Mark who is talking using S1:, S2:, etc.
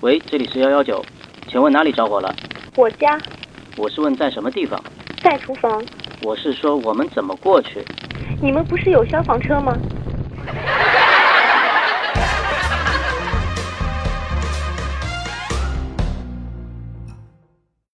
S1: 喂，这里是幺幺九，请问哪里着火了？
S2: 我家
S1: 我是问在什么地方？
S2: 在厨房，
S1: 我是说我们怎么过去？
S2: 你们不是有消防车吗？